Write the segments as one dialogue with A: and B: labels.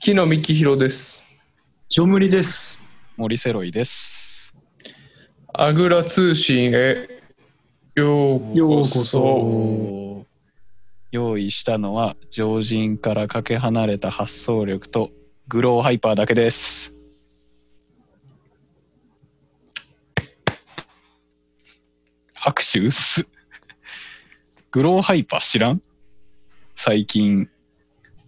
A: 木野幹弘です。
B: ジョムリです。
C: 森セロイです。
A: あぐら通信へよう
B: よう
A: こ
B: こ
A: そ。
B: そ。
C: 用意したのは常人からかけ離れた発想力とグローハイパーだけです。拍手うっす。グローハイパー知らん最近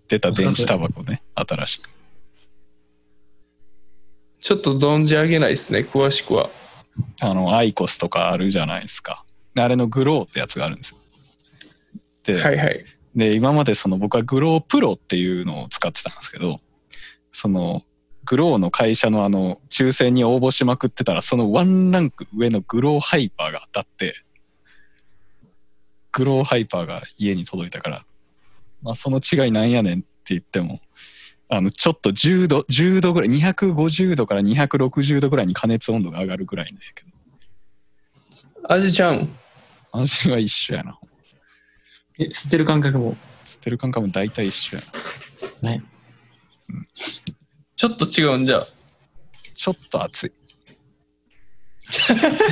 C: 出た電子タバコね、新しく。
A: ちょっと存じ上げないですね、詳しくは。
C: あの、アイコスとかあるじゃないですか。あれのグローってやつがあるんですよ。で、
A: はいはい。
C: で今までその僕はグロープロっていうのを使ってたんですけどそのグローの会社のあの抽選に応募しまくってたらそのワンランク上のグローハイパーが当たってグローハイパーが家に届いたから、まあ、その違いなんやねんって言ってもあのちょっと10度10度ぐらい250度から260度ぐらいに加熱温度が上がるぐらいなんやけど
A: 味ちゃん。
C: 味は一緒やな
B: え、吸ってる感覚も。
C: 捨てる感覚も大体一緒やな
B: ね。
A: ちょっと違うんじゃ。
C: ちょっと熱い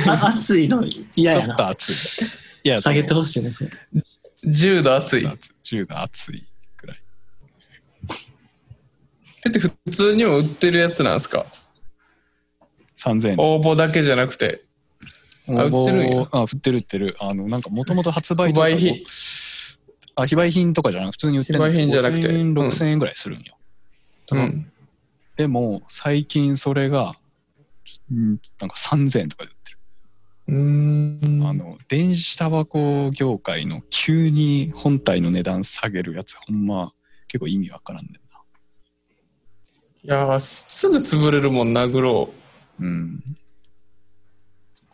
B: あ、熱いの嫌や
C: ちょっ
B: な。
C: と熱い。いや、
B: 下げて
C: その
B: ほしいね。それ
A: 10度熱い。だ
C: 銃が熱いくらい。
A: って普通にも売ってるやつなんですか
C: 3000円。
A: 応募だけじゃなくて。あ売ってるんや
C: あ、売ってる売ってる。あの、なんかもともと発売
A: 非
C: とか
A: 売品。
C: あ、非売品とかじゃなく普通に売ってる。
A: 非売品じゃなくて
C: 5000
A: うん
C: 円、6000円ぐらいするんよ。
A: うん。
C: でも、最近それが、うんなんか3000円とかで売ってる。
A: うーん。
C: あの、電子タバコ業界の急に本体の値段下げるやつ、ほんま、結構意味わからんねんな。
A: いやー、すぐ潰れるもんな、グロ
C: うん。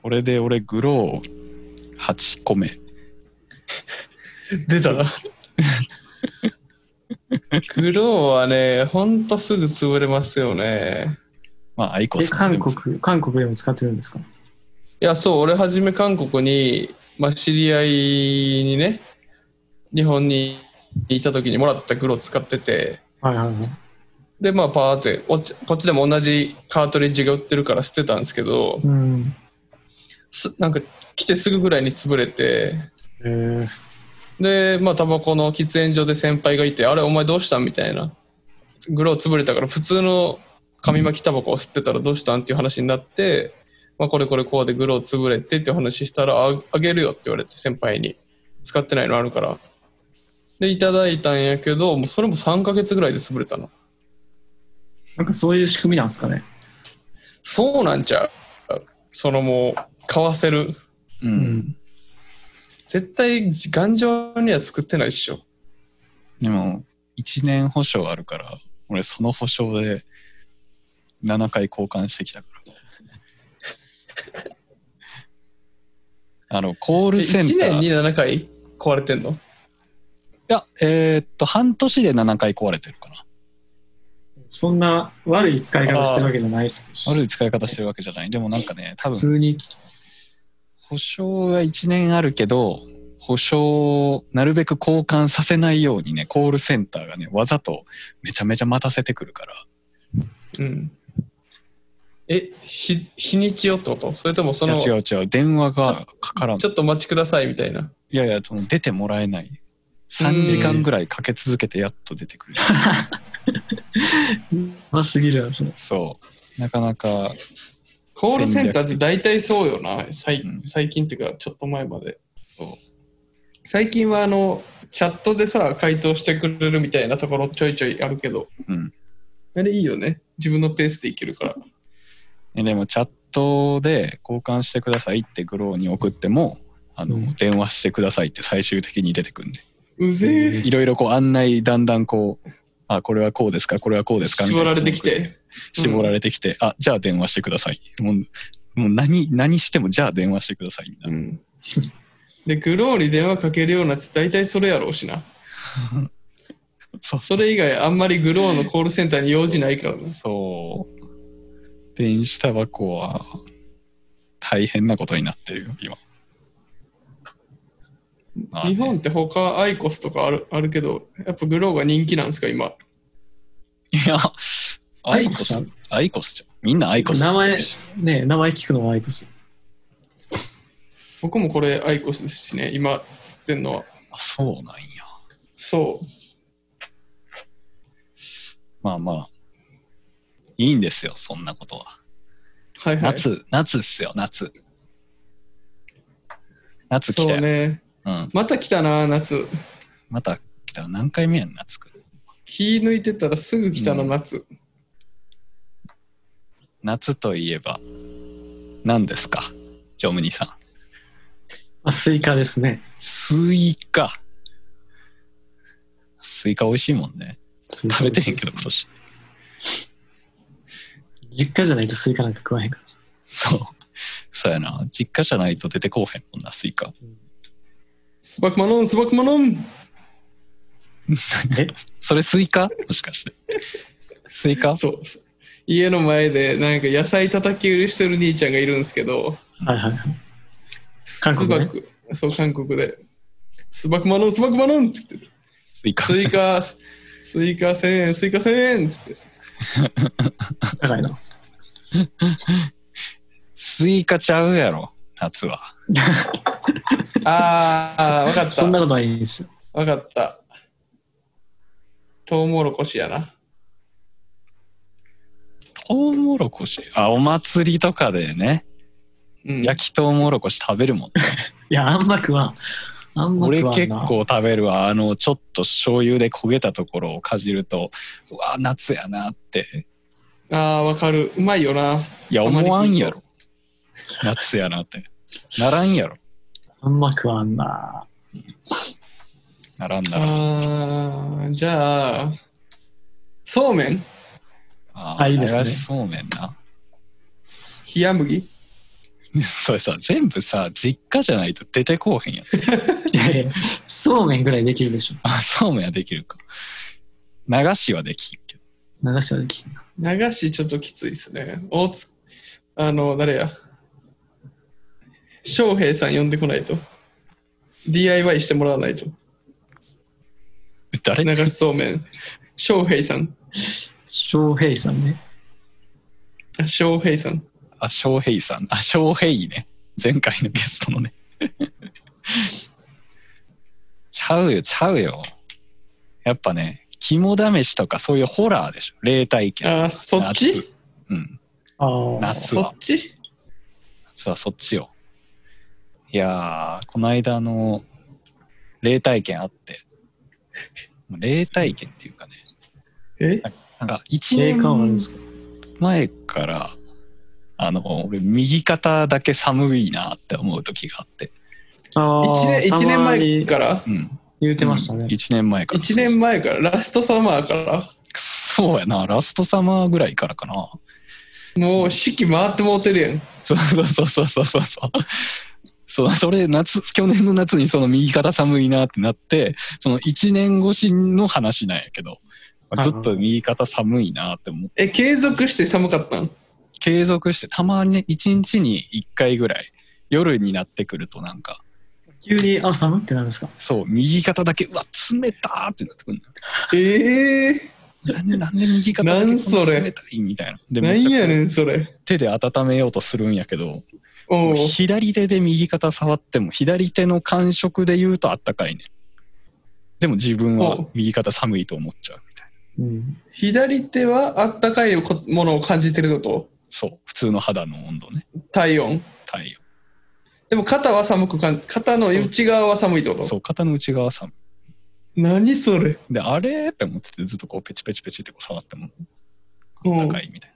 C: これで俺、グロー8個目。
A: ー。出たな。グローはね、ほんとすぐ潰れますよね。
C: まあ、アイコ
B: え、
C: スも
B: 韓
C: 全部
B: 国、韓国でも使ってるんですか
A: いや、そう、俺はじめ韓国に、まあ、知り合いにね、日本にいた時にもらった黒使ってて、
B: はいはいはい。
A: で、まあ、パーっておっちこっちでも同じカートリッジが売ってるから捨てたんですけど、
B: うん。
A: すなんか来てすぐぐらいに潰れて、
B: えー、
A: で、まあ、タバコの喫煙所で先輩がいて、あれ、お前どうしたんみたいな。グロー潰れたから、普通の紙巻きタバコを吸ってたらどうしたんっていう話になって、まあ、これこれこうでグロー潰れてっていう話したら、ああげるよって言われて、先輩に。使ってないのあるから。で、いただいたんやけど、もうそれも3ヶ月ぐらいで潰れたの。
B: なんかそういう仕組みなんですかね。
A: そうなんちゃうそのもう、買わせる。
C: う。
B: うんん。
A: 絶対、頑丈には作ってないっしょ。
C: でも、1年保証あるから、俺その保証で7回交換してきた から。あの、コールセン
A: 1
C: ター。
A: 年に
C: い
A: 7回壊れてんの
C: や、えーっと、半年で7回壊れてるかな。
B: そんな悪い使い方してるわけじゃないです
C: 悪い使い方してるわけじゃない。でもなんかね、多
B: 普
C: 分、
B: 通に。
C: 保証が1年あるけど、保証をなるべく交換させないようにね、コールセンターがね、わざとめちゃめちゃ待たせてくるから、
A: うん。え、日、日にちよってことそれともそ
C: いや
A: の、ちょ
C: 違う違う電話がかからん
A: っとお待ちくださいみたいな。
C: いやいやその出てもらえない3時間ぐらいかけ続けてやっと出てくる
B: まあすぎるやつ。
C: そうなかなか
A: コールセンターって大体そうよな、最
C: うん
A: 最近っていうか、ちょっと前まで。
C: そう
A: 最近はあの、チャットでさ、回答してくれるみたいなところちょいちょいあるけど、
C: うん
A: あれいいよね。自分のペースでいける から。
C: えでもチャットで交換してくださいってグローに送ってもあの、
B: うん
C: 電話してくださいって最終的に出てくるんで
A: うぜえ。
C: いろいろこう案内だんだんこうあこれはこうですかこれはこうですかみたいな
A: 絞られてきて
C: 絞られてきて、あじゃあ電話してくださいもうもう何何してもじゃあ電話してくださいみたいな
A: うん。 で、グローに電話かけるようなやつ、大体それやろうしな。
C: そう
A: それ以外、あんまりグローのコールセンターに用事ないからな。
C: そう。電子タバコは大変なことになってるよ、今。まあね
A: 日本って他アイコスとかあるあるけどやっぱグローが人気なんですか今
C: いや、ア
B: ア
C: イ
B: イ
C: コ
B: コス
C: ス
B: さん、
C: アイコスじゃん。みんなアイコス。
B: 名前ねえ名前聞くのはアイコス。
A: 僕もこれアイコスですしね、今吸ってんのは。
C: あ、そうなんや。
A: そう。
C: まあまあ、いいんですよ、そんなことは。
A: はいはい。
C: 夏、夏っすよ、夏。夏来た
A: そ
C: よ。
A: うね。
C: うん。
A: また来たな、夏。
C: また来たら何回目やんな、夏来る。
A: 気抜いてたらすぐ来たな、
C: うん
A: 夏。
C: 夏といえば、何ですか、ジョムニさん。
B: あスイカですね。
C: スイカ。スイカ美味しいもんね。
B: 食
C: 食べてへんけど、今年。
B: 実家じゃないとスイカなんか食わへんから。
C: そう。そうやな。実家じゃないと出てこうへんもんな、スイカ。
A: スバクマノン、スバクマノン
B: え
C: それスイカもしかして。スイカ
A: そう。家の前でなんか野菜叩き売りしてる兄ちゃんがいるんですけど、
B: はいはいはい。韓
A: ス
B: 国
A: バ
B: ね
A: ク、そう、韓国で。スバクマノン、スバクマノンっつって。
C: スイカ。
A: スイカ、スイカ1000円、スイカ1000円っつって。
B: 高いな。
C: スイカちゃうやろ、夏は。
A: あー、わかった。
B: そんなことはいいんですよ。
A: わかった。トウモロコシやな。
C: トウモロコシ。あ、お祭りとかでね、
A: うん、
C: 焼きトウモロコシ食べるもん。
B: いや、あんま食わん。あんま
C: 俺
B: 食わんな。
C: 結構食べるわ。あの、ちょっと醤油で焦げたところをかじると、うわ、夏やなって。
A: ああ、わかる。うまいよな。
C: いや、
A: たまに
C: 思わんやろ。夏やなって。ならんやろ。
B: あんま食わんな。
C: ならんならん。
A: ああ、じゃあ、そうめん
C: あ
B: あいいですね
C: 流しそうめんな。
A: 冷麦
C: それさ、全部さ、実家じゃないと出てこうへんやつ。
B: いやいやそうめんぐらいできるでしょ。
C: あ、そうめんはできるか。流しはできんけど。
B: 流しはできる。
A: 流しちょっときついですね。大津、あの、誰や。翔平さん呼んでこないと。DIY してもらわないと。
C: 誰
A: 流しそうめん。翔平さん。
B: 翔平さんね。
A: あ翔平さん。
C: あ、翔平さん。あ、翔平ね。前回のゲストのね。 ちゃうよ、ちゃうよ。やっぱね、肝試しとかそういうホラーでしょ。霊体験。
A: あー、そっち
C: うん。
B: ああ。
C: 夏
A: そ
C: は
A: っ、ち
C: 夏はそっちよ。いやー、この間の霊体験あって。霊体験っていうかね。
A: え
C: なんか1
B: 霊感はあるんで
C: 年
B: すか
C: 前から、あの、俺右肩だけ寒いなって思う時があって。
B: ああ。
A: 一年一
B: た
A: 年
B: ま
A: 前
B: に
A: から
C: うん。
B: 言うてましたね。
C: 1年前から。
A: 1年前からラストサマーから
C: そうやな、ラストサマーぐらいからかな。
A: もう四季回ってもうてるやん
C: そうそうそうそうそうそう。そうそれ夏去年の夏にその右肩寒いなってなってその1年越しの話なんやけど
B: はい
C: ずっと右肩寒いなって思って
A: え継続して寒かったん
C: 継続してたまにね1日に1回ぐらい夜になってくるとなんか
B: 急に、あ、寒ってなるんですか
C: そう右肩だけうわ冷たーってなってくるの
A: ええ
C: なんでなんで右肩だけ
A: なんそ
C: こん
A: れ
C: な冷たいみたいなで
A: ー、な
C: めっ
A: ん
C: ちゃ
A: や
C: こう
A: ねんそれ
C: 手で温めようとするんやけど
A: おう
C: 左手で右肩触っても左手の感触で言うとあったかいねでも自分は
A: おう
C: 右肩寒いと思っちゃうみたいな
B: うん。
A: 左手はあったかいこものを感じてるぞと
C: そう普通の肌の温度ね
A: 体温
C: 体
A: でも肩は寒くかん肩の内側は寒いってこ
C: 温
A: と
C: そう肩の内側は寒
A: 何それ
C: いであれって思っててずっとこうペチペチペチってこう触っても
A: おう
C: 高いみたい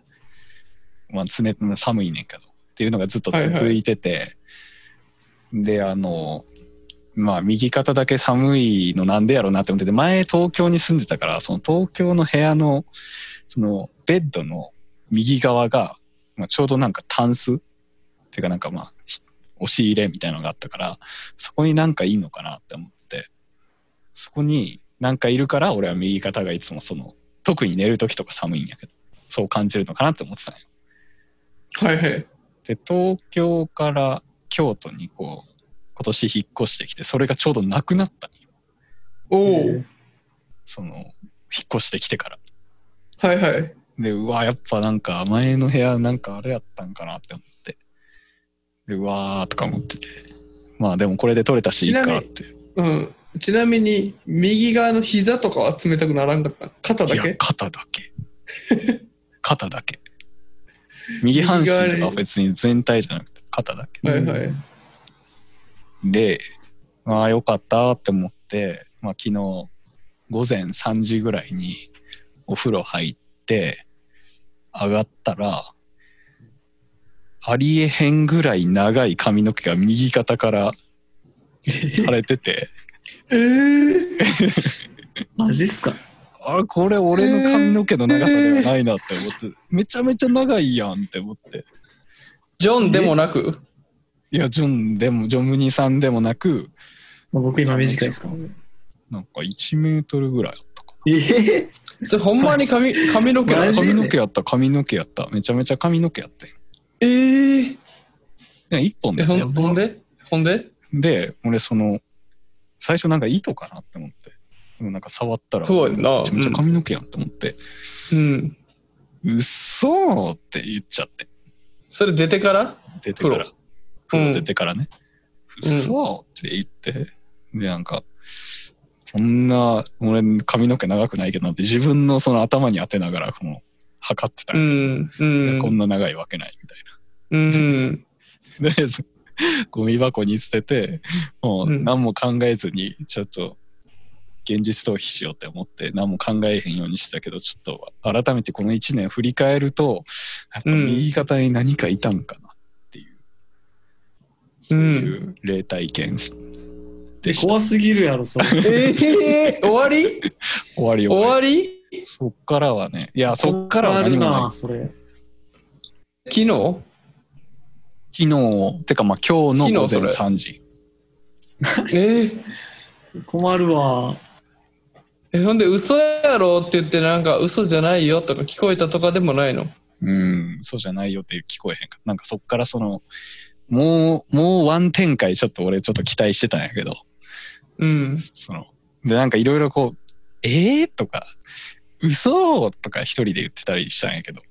C: な、まあ、冷た寒いねんけどっていうのがずっと続いてて、であのまあ右肩だけ寒いのなんでやろうなって思ってて前東京に住んでたからその東京の部屋のそのベッドの右側が、まあ、ちょうどなんかタンスっていうかなんかまあひ押し入れみたいなのがあったからそこになんかいいのかなって思ってそこになんかいるから俺は右肩がいつもその特に寝る時とか寒いんやけどそう感じるのかなって思ってたんよ
A: はいはい
C: で東京から京都にこう今年引っ越してきてそれがちょうどなくなったんよ
A: おお、
B: えー
C: その引っ越してきてから
A: はいはい。
C: で、うわ、やっぱなんか前の部屋なんかあれやったんかなって思って。で、うわーとか思ってて。まあでもこれで取れたしいい
A: ちな
C: か
A: みに
C: っていう。
A: うん。ちなみに、右側の膝とかは冷たくならんかった。肩だ
C: いや
A: け、
C: 肩だけ。肩だけ。右半身とかは別に全体じゃなくて、肩だけ。
A: はいはい。
C: で、ああ、よかったって思って、まあ、昨日午前3時ぐらいにお風呂入って、上がったら、ありえへんぐらい長い髪の毛が右肩から垂れ てて、
A: えー、
B: マジっすか
C: あれ、これ俺の髪の毛の長さではないなって思って、めちゃめちゃ長いやんって思って。
A: ジョンでもなく、
C: いや、ジョンでも、ジョムニさんでもなく、
B: もう僕今短いですか
C: なんか1メートルぐらいあったかな。
B: ええ
A: それほんまに髪髪の毛な
B: マ
A: の
B: ジ
C: 髪の毛やった、髪の毛やった。めちゃめちゃ髪の毛やったよ
A: えー、
C: いや、一本
A: え
C: で
A: ほんほんでほんで
C: で、俺その、最初なんか糸かなって思って。でもなんか触ったら、
A: そうやんな
C: めちゃめちゃ髪の毛やんって思って、
A: うん。
C: うっそーって言っちゃって。
A: それ出てから
C: 出てから。
A: 黒うん
C: 出てからね。
A: う
C: う
A: ん
C: っそーって言って、で、なんか、こんな、俺髪の毛長くないけどなって自分のその頭に当てながら、この、測って
A: う
C: た、
A: ん。う
C: こん
A: ん。
C: な長いわけないみたいな。
A: うん。
C: とりあえずゴミ箱に捨ててもう
A: うん
C: 何も考えずにちょっと現実逃避しようって思って何も考えへんようにしたけどちょっと改めてこの1年振り返るとやっぱ右肩に何かいたんかなっていう、そういう霊体験でした、
B: 怖すぎるやろ、それ。
A: えー、終わり
C: 終わ
A: 終
C: り終わ
A: わり
C: りそっからはねいやそっからは何もない
B: あるそれ。
A: 昨日
C: 昨日てかまあ今日の午前
A: 昨日そ
C: 3時
A: えー、
B: 困るわ。
A: えほんで嘘やろって言ってなんか嘘じゃないよとか聞こえたとかでもないの
C: うん、そうじゃないよって聞こえへんか。なんかそっからその、もう、もうワン展開ちょっと俺ちょっと期待してたんやけど、
A: うん
C: その、でなんかいろいろこう、えーとか、嘘とか一人で言ってたりしたんやけど、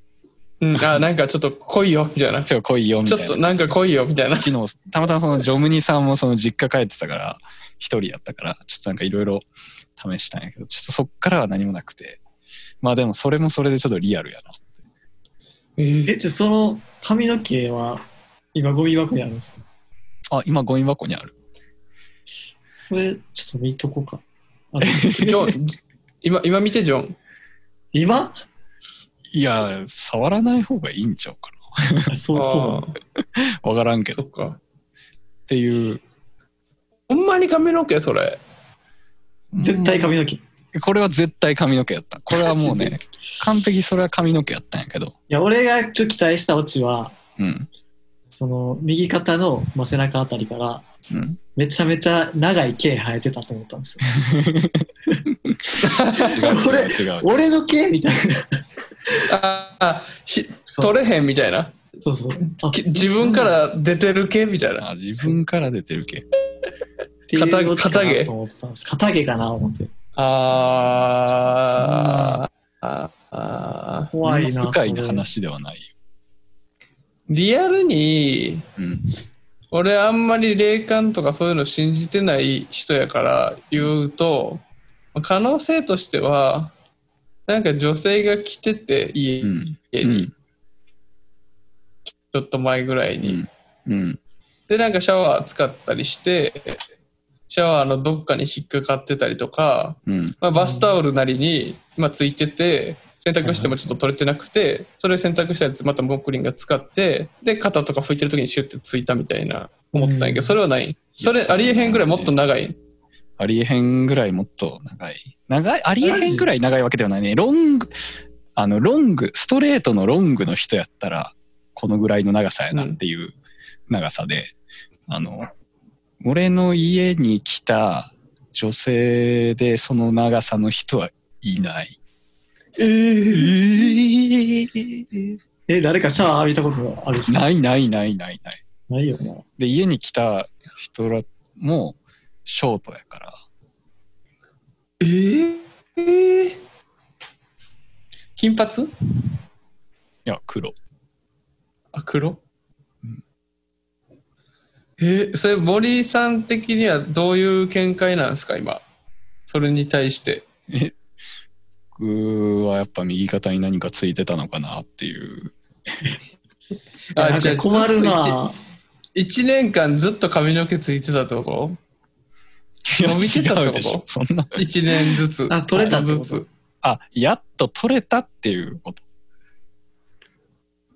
A: うん、あなんかちょっと来いよみたいな
C: ちょっと来いよみ
A: ち
C: た
A: ょ
C: い
A: っ
C: な。
A: となんか来いよみたいな
C: 昨日、たまたまそのジョムニさんもその実家帰ってたから、一人やったから、ちょっとなんかいろいろ試したんやけど、ちょっとそっからは何もなくて、まあでもそれもそれでちょっとリアルやな。
A: えー
B: え、ちょ、その髪の毛は今ゴミ箱にあるんですか
C: あ、今ゴミ箱にある。
B: それ、ちょっと見とこうか。 あ
A: ジョン今今見てジョン
B: 今
C: いや、触らない方がいいんちゃうかな。
B: あそうそう
C: わからん
A: う
C: け
A: そ
C: ど
A: っか
C: っていう
A: ほんまに髪の毛それ
B: う。絶対髪の毛。い
C: これは絶対髪の毛やったこれはもう
B: マジ
C: ね完璧それは髪の毛やったんやけど
B: や、俺がちょっと期待したオチは、
C: うん
B: その右肩の、まあ、背中あたりから、
C: うん
B: めちゃめちゃ長い毛生えてたと思ったんですよ。
C: 違う
B: これ
C: 違う違う
B: 俺の毛みたいな。
A: ああひ
B: そう
A: 取れへんみたいな
B: そうそう。あ
A: き自分か。ら出てる系みたいな
C: あ自分から出てる毛
B: っていう
A: 肩
B: オチか
A: 肩毛
B: なと思ったんです肩毛かな思って。
A: あーあーあー
B: 怖いな。
C: 深い
B: それ
C: 話ではないよ、
A: リアルに
C: うん、
A: 俺あんまり霊感とかそういうの信じてない人やから言うと可能性としてはなんか女性が来てて家,、
C: うんう
A: 家に
C: ん
A: ちょっと前ぐらいに、
C: うん
A: でなんかシャワー使ったりしてシャワーのどっかに引っかかってたりとか、
C: うん
A: まあ、バスタオルなりに今ついてて洗濯してもちょっと取れてなくてそれを洗濯したやつまたモクリンが使ってで肩とか拭いてる時にシュッてついたみたいな思ったんやけ
B: う
A: ど
B: ん
A: それはないそれありえへんぐらいもっと長い
C: ありえへんぐらいもっと長い長いありえへんぐらい長いわけではないねロングあのロングストレートのロングの人やったらこのぐらいの長さやなっていう長さで、あの俺の家に来た女性でその長さの人はいない。
A: えー、
B: え、誰かシャワー浴びたことある人
C: ないないないないない。
B: ないよな。
C: で家に来た人らもショートやから
A: えー、えー、金髪
C: いや、黒。
A: あ、黒、えーそれ森さん的にはどういう見解なんですか、今。それに対して。
C: え僕はやっぱ右肩に何かついてたのかなっていう。
B: あなん
A: じゃ
B: か困るな
A: 1年間ずっと髪の毛ついてたとこ
C: いや
A: 伸びてたってこと
C: 違うでしょそんな。
A: ろ ?1 年ずつ。
B: あ取れたって
A: ず
B: こと
A: つ。
C: あ、やっと取れたっていうこと。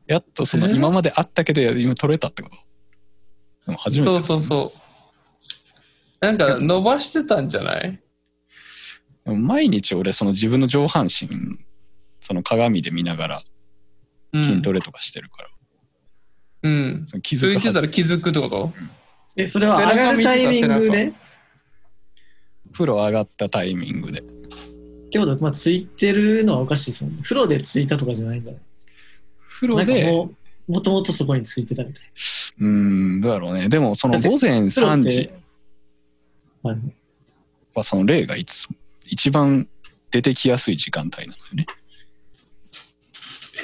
C: やっとその
A: え
C: 今まであったけど今取れたってこと。でも初めて
A: そうそうそう。なんか伸ばしてたんじゃない
C: でも毎日俺その自分の上半身その鏡で見ながら
A: うん
C: 筋トレとかしてるから、
A: うん。
C: その気
A: つ
C: づ
A: い
C: く
A: て
C: は
A: た
C: ず
A: ら気づくってこと
B: え、それは上がるタイミングでっ
C: 風呂上がったタイミングで
B: てことは、まあ、ついてるのはおかしいですよね。風呂でついたとかじゃないんだよ。
C: 風
B: な
C: 呂
B: んか
C: で
B: もう、もともとそこについてたみたいな。
C: うーんどうだろうねでもその午前
B: 風呂
C: 3
B: って
C: 時
B: はい
C: はその霊がいつ一番出てきやすい時間帯なのよね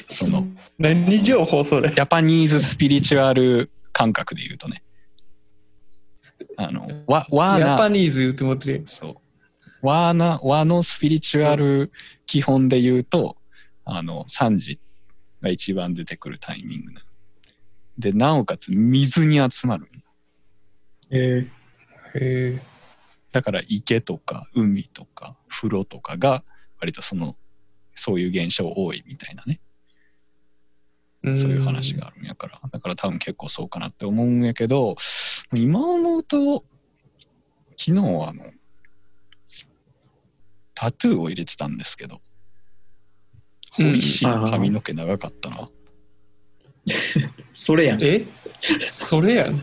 C: その
A: 何情報それ
C: ジャパニーズスピリチュアル感覚で言うとねあのわわ
A: ヤ
C: な
A: パニーズ言うて思ってる
C: そう。和な、和のスピリチュアル基本で言うと、あの、3時が一番出てくるタイミングなので、なおかつ水に集まる。
B: えー
A: へ
C: だから池とか海とか風呂とかが割とその、そういう現象多いみたいなね、
A: え
C: そういう話があるんやから、だから多分結構そうかなって思うんやけど、今思うと、昨日はあの、タトゥーを入れてたんですけど、
A: うん
C: 美味しい髪の毛長かったな。
B: それやん。
A: えそれやん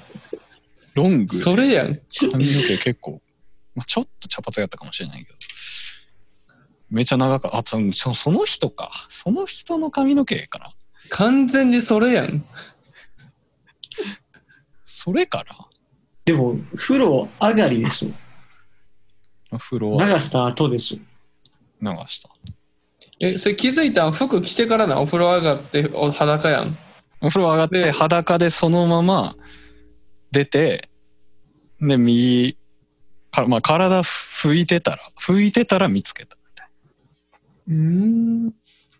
C: ロング、
A: それやん
C: 髪の毛結構、まあ、ちょっと茶髪やったかもしれないけど、めちゃ長かった。あ、そのそその人か。その人の髪の毛かな。
A: 完全にそれやん
C: それか
B: でも、風呂上がりでしょ。
C: な。風呂
B: 流
C: は
B: した後でしょ。
C: 流した。
A: えそれ気づいたん服着てからなお風呂上がってお裸やん
C: お風呂上がっ
A: で
C: て裸でそのまま出て、で、右、かまあ、体拭いてたら、拭いてたら見つけた。
A: うん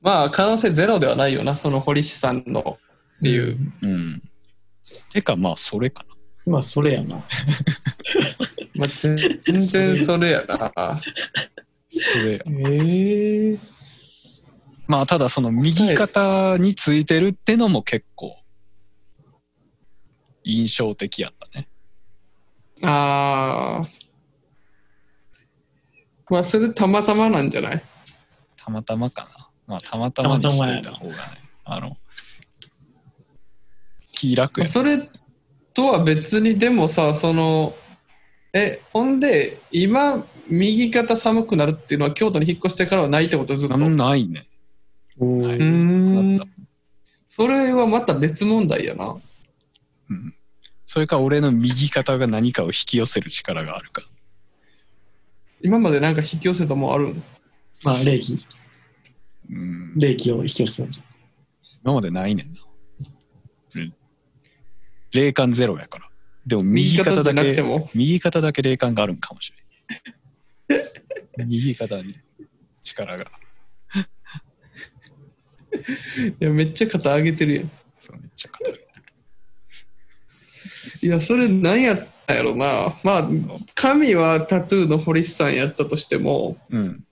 A: まあ可能性ゼロではないよなその堀市さんのっていう、
C: うん。てか、まあ、それかな。
B: まあ、それやな。
A: まあ、全然それやな
C: それ
A: えー、
C: まあただその右肩についてるってのも結構印象的やったね。
A: ああまあそれたまたまなんじゃない
C: たまたまかな。まあたまたまにしといた方がね。あの、気楽や。
A: それとは別にでもさそのえほんで今右肩寒くなるっていうのは京都に引っ越してからはないってことずっと
C: なんないね。
B: お
C: はい
B: ー
A: ん
C: なった
A: それはまた別問題やな
C: うん。それか俺の右肩が何かを引き寄せる力があるか。
A: 今までなんか引き寄せたもんあるん
B: まあ、霊気、
C: うん。
B: 霊気を引き寄せた。
C: 今までないねんな。うん霊感ゼロやから。でも右肩
A: じ
C: だ
A: ゃなくて
C: け、
A: も
C: 右肩だけ霊感があるんかもしれない。右肩に力が。
A: いやめっちゃ肩上げてるやん
C: そうめっちゃ硬い。
A: いやそれなんやったんやろなまあ神はタトゥーの堀市さんやったとしても
C: うん。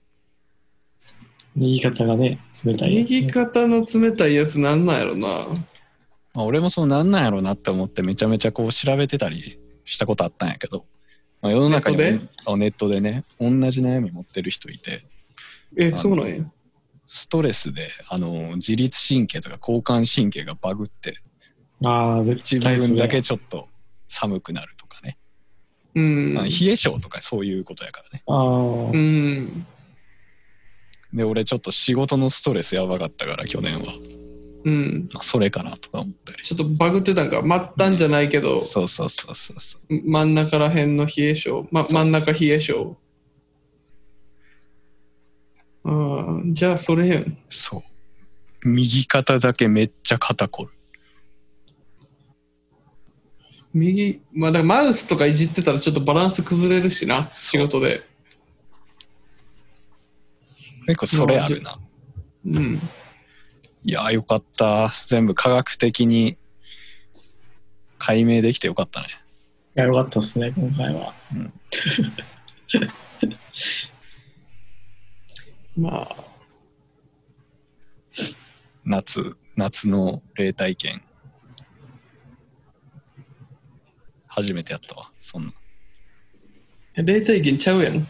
B: 右肩がね、冷たいやつね、
A: 右肩の冷たいやつなんなんやろな
C: まあ、俺もそうなんなんやろうなって思ってめちゃめちゃこう調べてたりしたことあったんやけど、まあ、世の中に
A: ネッ
C: あネットでね、同じ悩み持ってる人いて、
A: え
C: あの
A: そうなんや
C: ストレスであの自律神経とか交感神経がバグって、
B: ああ、絶
C: 一部
B: 対そ
C: 分
B: れ
C: だけちょっと寒くなるとかね。
A: うん
C: まあ、冷え性とかそういうことやからね。
B: ああ、
A: うん
C: で、俺ちょっと仕事のストレスやばかったから去年は、
A: うん、
C: まあ、それかなとか思ったり。
A: ちょっとバグってたんか末端じゃないけど、
C: そうそうそうそうそう。
A: 真ん中らへんの冷え性、ま、
C: そう
A: 真ん中冷え性ああじゃあそれやん
C: そう。右肩だけめっちゃ肩こる。
A: 右、まあ、だからマウスとかいじってたらちょっとバランス崩れるしな、仕事で。
C: 結構それあるな。
A: うん。
C: いやーよかった。全部科学的に解明できてよかったね。
B: や、よかったですね、今回 は。
A: まあ、
C: 夏、夏の霊体験。初めてやったわ。そんな。
A: 霊体験ちゃうやん。い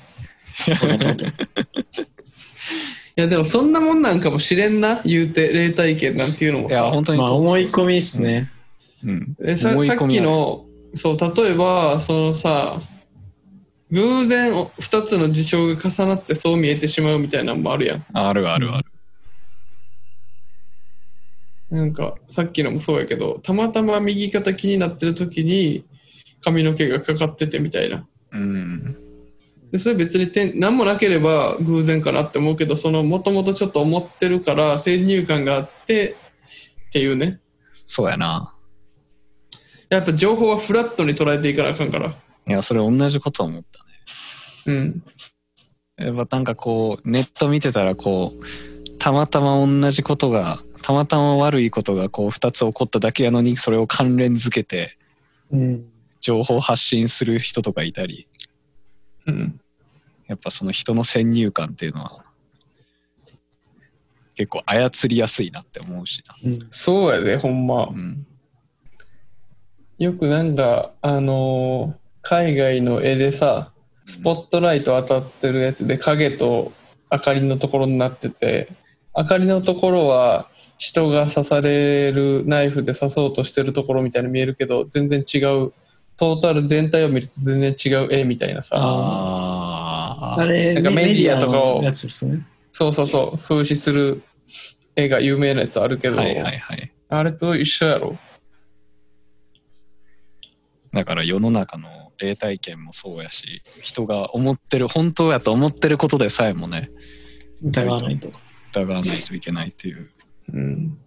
A: や、でもそんなもんなんかもしれんな、言うて、霊体験なんていうのも
C: い
A: さ。
C: や、本当に
B: まあ、
C: そう
B: 思い込みですね。
C: うん。
A: えさ
C: 思い
A: さ
C: 込
A: っ
C: み
A: き
C: ある
A: のそう例えばそのさ偶然2つの事象が重なってそう見えてしまうみたいなのもあるやん
C: あるあるある。
A: なんかさっきのもそうやけどたまたま右肩気になってる時に髪の毛がかかっててみたいな
C: うん。
A: でそれ別にてん何もなければ偶然かなって思うけどそのもともとちょっと思ってるから先入観があってっていうね
C: そうやな。
A: やっぱ情報はフラットに捉えていかなあかんから
C: いや、それ同じこと思ったね。
A: うん
C: やっぱなんかこう、ネット見てたらこう、たまたま同じことが、たまたま悪いことがこう2つ起こっただけやのに、それを関連づけて
B: うん。
C: 情報発信する人とかいたり、
A: うん
C: やっぱその人の先入観っていうのは結構操りやすいなって思うしな。
B: うん。
A: そうやでほんま、
C: うん。
A: よくなんかあのー海外の絵でさスポットライト当たってるやつで影と明かりのところになってて明かりのところは人が刺されるナイフで刺そうとしてるところみたいに見えるけど全然違うトータル全体を見ると全然違う絵みたいなさ
C: あ
B: あ
C: あ。
B: れ、
A: なんかメディアとか
B: メデ
A: を
B: ィアのやつですね。
A: そうそうそう風刺する絵が有名なやつあるけど、
C: はいはいはい。
A: あれと一緒やろ
C: だから世の中の霊体験もそうやし人が思ってる本当やと思ってることでさえもね
B: 疑わないと。
C: 疑わないといけないっていう
A: うん、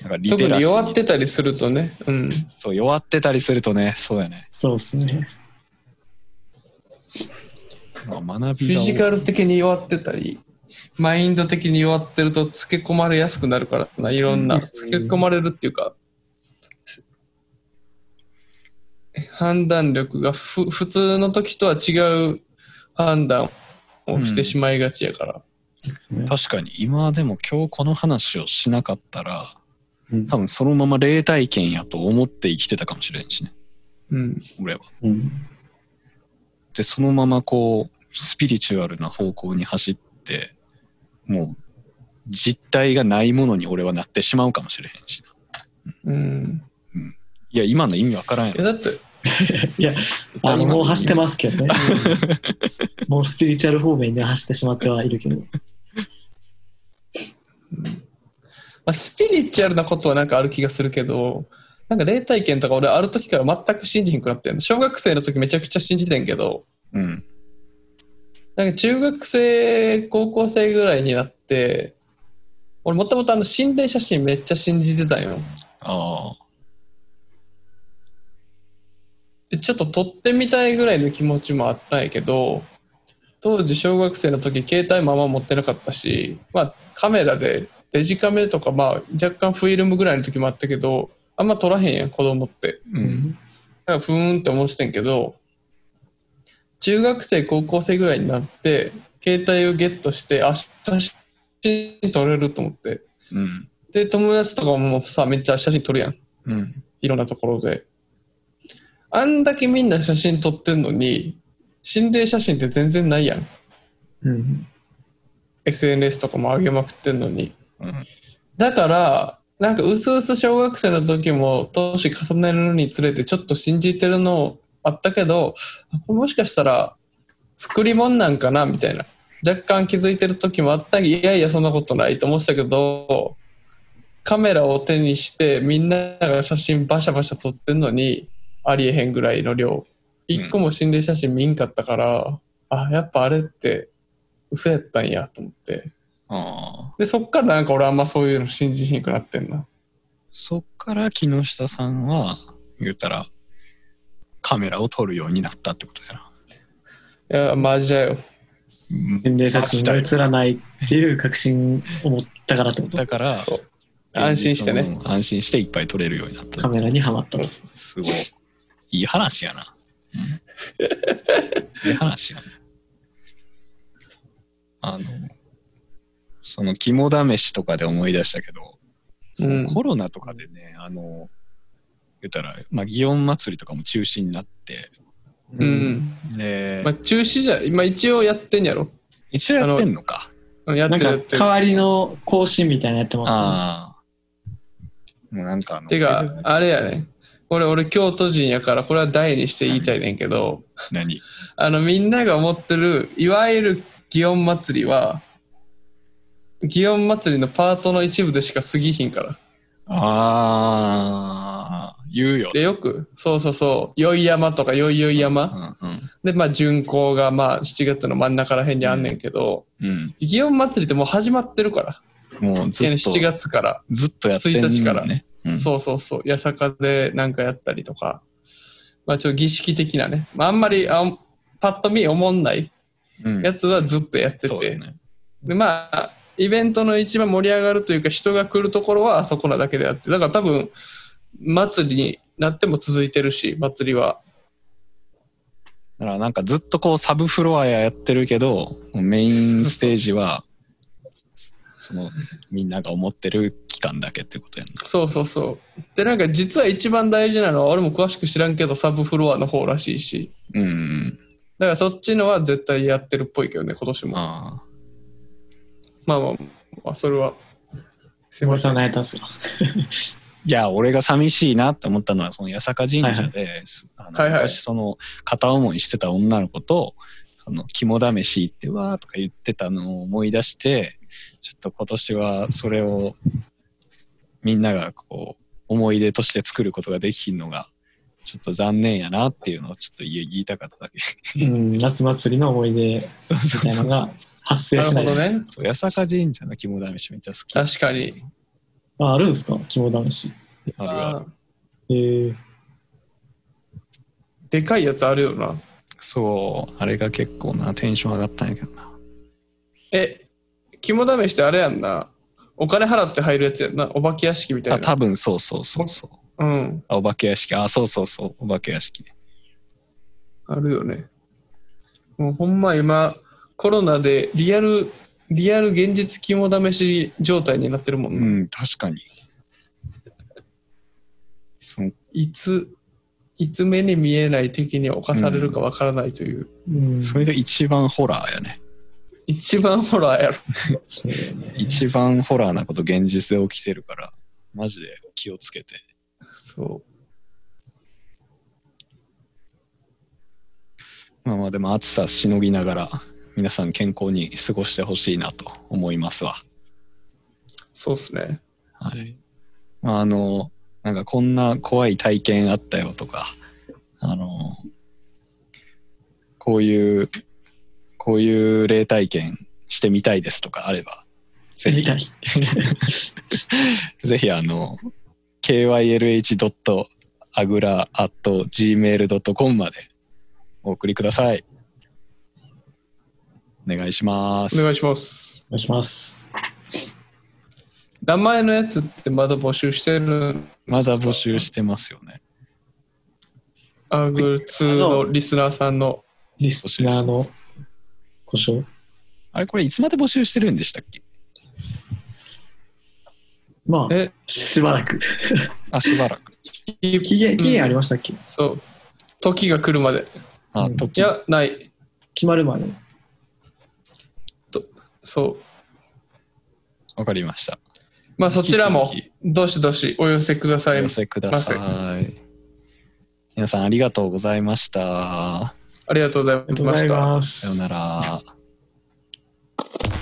C: なんかリテ
A: 特
C: ラ
A: に
C: シー
A: 弱ってたりするとね、うん、
C: そう弱ってたりするとねそうやね、
B: そうですね。
C: まあ、学
A: フ
C: び
A: ィ
C: が
A: ジカル的に弱ってたり、マインド的に弱ってると、つけ込まれやすくなるからな、いろん
B: う
A: な、
B: ん
A: つけ込まれるっていうか、判断力がふ普通の時とは違う判断をしてしまいがちやから、
B: そうっすね
C: 確かに今でも今日この話をしなかったら
B: うん
C: 多分そのまま霊体験やと思って生きてたかもしれんしね
A: うん、
C: 俺は
B: うん。
C: でそのままこうスピリチュアルな方向に走ってもう実体がないものに俺はなってしまうかもしれへんし
A: う
C: な
A: ん。
C: いや今の意味わからんや
A: いや
C: ろ
A: だって、
B: いや、あの、もう走ってますけ どね。もうスピリチュアル方面には走ってしまってはいるけど。
A: まあ、スピリチュアルなことはなんかある気がするけど、なんか霊体験とか俺ある時から全く信じへんくなってんの小学生の時めちゃくちゃ信じてんけど、
C: うん
A: なんか中学生、高校生ぐらいになって、俺もともとあの心霊写真めっちゃ信じてたんよ。
C: あ
A: でちょっと撮ってみたいぐらいの気持ちもあったんやけど、当時小学生の時携帯もあんま持ってなかったし、まあカメラでデジカメとかまあ若干フィルムぐらいの時もあったけど、あんま撮らへんやん子供って。
C: あ、うん、
A: なんかふーんって思ってたんやけど中学生高校生ぐらいになって携帯をゲットしてあ写真撮れると思って
C: うん、
A: で友達とかもさめっちゃ写真撮るやん
C: うん、
A: いろんなところであんだけみんな写真撮ってんのに心霊写真って全然ないやん
B: うん。
A: SNS とかも上げまくってんのに
C: うん、
A: だからなんかうすうす小学生の時も年重ねるにつれてちょっと信じてるのあったけどあこれもしかしたら作り物なんかなみたいな若干気づいてる時もあったけどいやいやそんなことないと思ってたけどカメラを手にしてみんなが写真バシャバシャ撮ってんのにありえへんぐらいの量一個も心霊写真見んかったから、あやっぱあれって嘘やったんやと思って
C: ああ。
A: で、そっからなんか俺あんまそういうの信じひんくなってんな。
C: そっから木下さんは、言うたら、カメラを撮るようになったってことやな。
A: いや、マジだよ。
C: うん
B: 心霊写真が映らないっていう確信を持ったからってこと
C: だから、
A: そう。安心してね。
C: うん。安心していっぱい撮れるようになっ
B: カ
C: た。
B: メラにはまったと。
C: すごい。いい話やな。うんいい話やな。あの、その肝試しとかで思い出したけど、その
A: うん
C: コロナとかでね、あの、言ったら、まあ、祇園祭りとかも中止になって、
A: う。ん。
C: で、
A: まあ、中止じゃ、今一応やってんやろ。
C: 一応やってんのか。
A: うんやっ
B: な
A: て
B: ん
A: るや
B: か
A: って
B: 代
A: る。
B: わりの更新みたいなのやってま
C: ああ。もうなんかあの、
A: てか、あれやね。これ俺京都人やから、これは大にして言いたいねんけど、
C: 何
A: あの、みんなが思ってる、いわゆる祇園祭りは、祇園祭りのパートの一部でしか過ぎひんから。
C: ああ、言うよ。
A: で、よく、そうそうそう、宵山とか宵々
C: う
A: 山。
C: んうん
A: で、まあ、巡行が、まあ、7月の真ん中らへんにあんねんけど、
C: うん。
A: 祇園祭りってもう始まってるから。
C: もうずっと、
A: 7月から、
C: ずっとやってんの
A: 1日から
C: ね。うん
A: そうそうそう、八坂でなんかやったりとか、まあ、ちょっと儀式的なね、まあ、あんまりあんパッと見思んない
C: うん
A: やつはずっとやって
C: そうだ
A: て、
C: ね。
A: でまあイベントの一番盛り上がるというか人が来るところはあそこなだけであってだから多分祭りになっても続いてるし祭りは
C: だからなんかずっとこうサブフロアやってるけど、もうメインステージは、そのみんなが思ってる期間だけってこ とやんな。
A: そうそうそうでなんか実は一番大事なのは俺も詳しく知らんけどサブフロアの方らしいし
C: うん。
A: だからそっちのは絶対やってるっぽいけどね今年も
C: ああ。
A: まあまあまあそれはす
B: す。
A: い
B: お
A: ま
B: じさ
A: せ
B: ん
A: ん
B: 泣いたっ すわ。
C: いや、俺が寂しいなって思ったのは、その八坂神社です、あの
A: はいはい
C: 昔その片思いしてた女の子と、その肝試し行ってわーとか言ってたのを思い出して、ちょっと今年はそれをみんながこう思い出として作ることができひんのが、ちょっと残念やなっていうのをちょっと言い言いたかっただけ。
B: うん、夏祭りの思い出
C: そう
B: み
C: そ
B: た
C: う
B: い
C: そ
B: な
C: う
B: のが発生しな
A: なる
B: い
A: ほど。ね
C: そう八坂神社の肝試しめっちゃ好き。ある
A: 確かに
B: ああるんですか肝試し。
C: ある。
B: えー、
A: でかいやつあるよな
C: そう、あれが結構な、テンション上がったんやけどな。
A: え肝試しってあれやんなお金払って入るやつやんなお化け屋敷みた
C: あ
A: いな
C: 多分そうそうそうそう。
A: うん
C: あお化け屋敷。あ、そうそうそう。お化け屋敷ね。
A: あるよね。もうほんま今、コロナでリアル、リアル現実肝試し状態になってるもんな。
C: うん、確かに。その
A: いつ、いつ目に見えない敵に侵されるかわからないという、
B: うん、
C: それが一番ホラーやね。
A: 一番ホラーやろ。
B: そうだよね
C: 一番ホラーなこと現実で起きてるから、マジで気をつけて。
A: そ
C: まあまあでも暑さしのぎながら、皆さん健康に過ごしてほしいなと思いますわ。
A: う、そうっすね。
C: はい。まああの、なんかこんな怖い体験あったよとか、あの、こういう、こういう霊体験してみたいですとかあれば、ぜ
B: み
C: ひ、
B: たい。
C: ぜひあの、kylh.agra.gmail.com までお送りください。お願いします。
A: お願いします。
B: お願いします。
A: 名前のやつってまだ募集してる
C: まだ募集してますよね。
A: アーグル2のリスナーさんの。
B: リスナーの故障
C: あれこれいつまで募集してるんでしたっけ
B: まあ、
A: え、
B: しばらく。
C: あ、しばらく。
B: 期限、期限ありましたっけ
A: そう。時が来るまで。
C: あ、
B: うん
A: い
C: 時
A: や、ない。
B: 決まるまで。
A: そう。
C: わかりました。
A: まあそちらも
C: 引き
A: どしどしお寄せくだ
C: お
A: さい
C: 寄。せください。皆さんありがとうございました。
A: ありがとうござ
B: ありがと
A: いう
B: ご
A: ま
B: ざ
A: し
B: い
A: た。
B: ます。
C: さようなら。